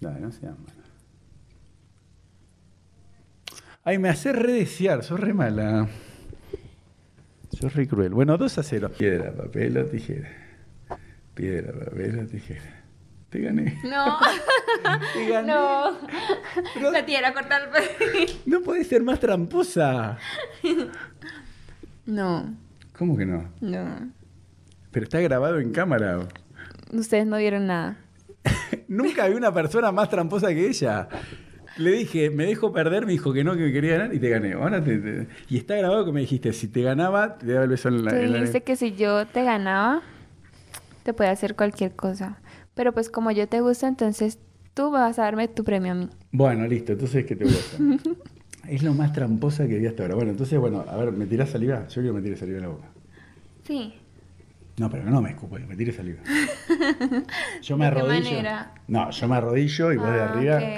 Dale, no seas mala. Ay, me hace redesear, sos re mala. Sos re cruel. Bueno, 2 a 0. Piedra, papel o tijera. Piedra, papel o tijera. Te gané. No, Te gané. no. Pero La tierra cortar el perfil. no podés ser más tramposa. No, ¿Cómo que no? no. Pero está grabado en cámara. Ustedes no vieron nada. Nunca vi una persona más tramposa que ella. Le dije, me dejó perder, me dijo que no, que me quería ganar y te gané. Ahora te- te- Y está grabado que me dijiste, si te ganaba, te daba el beso en la... Tú en la- dijiste que si yo te ganaba, te podía hacer cualquier cosa. Pero pues como yo te gusta, entonces tú vas a darme tu premio a mí. Bueno, listo, entonces que te voy a hacer? Es lo más tramposa que vi hasta ahora. Bueno, entonces, bueno, a ver, ¿me tirás saliva? Yo quiero que me tires saliva en la boca. Sí. No, pero no me escupo, que me tires saliva. Yo me ¿De qué arrodillo. manera? No, yo me arrodillo y vos de Ah, arriba. ok.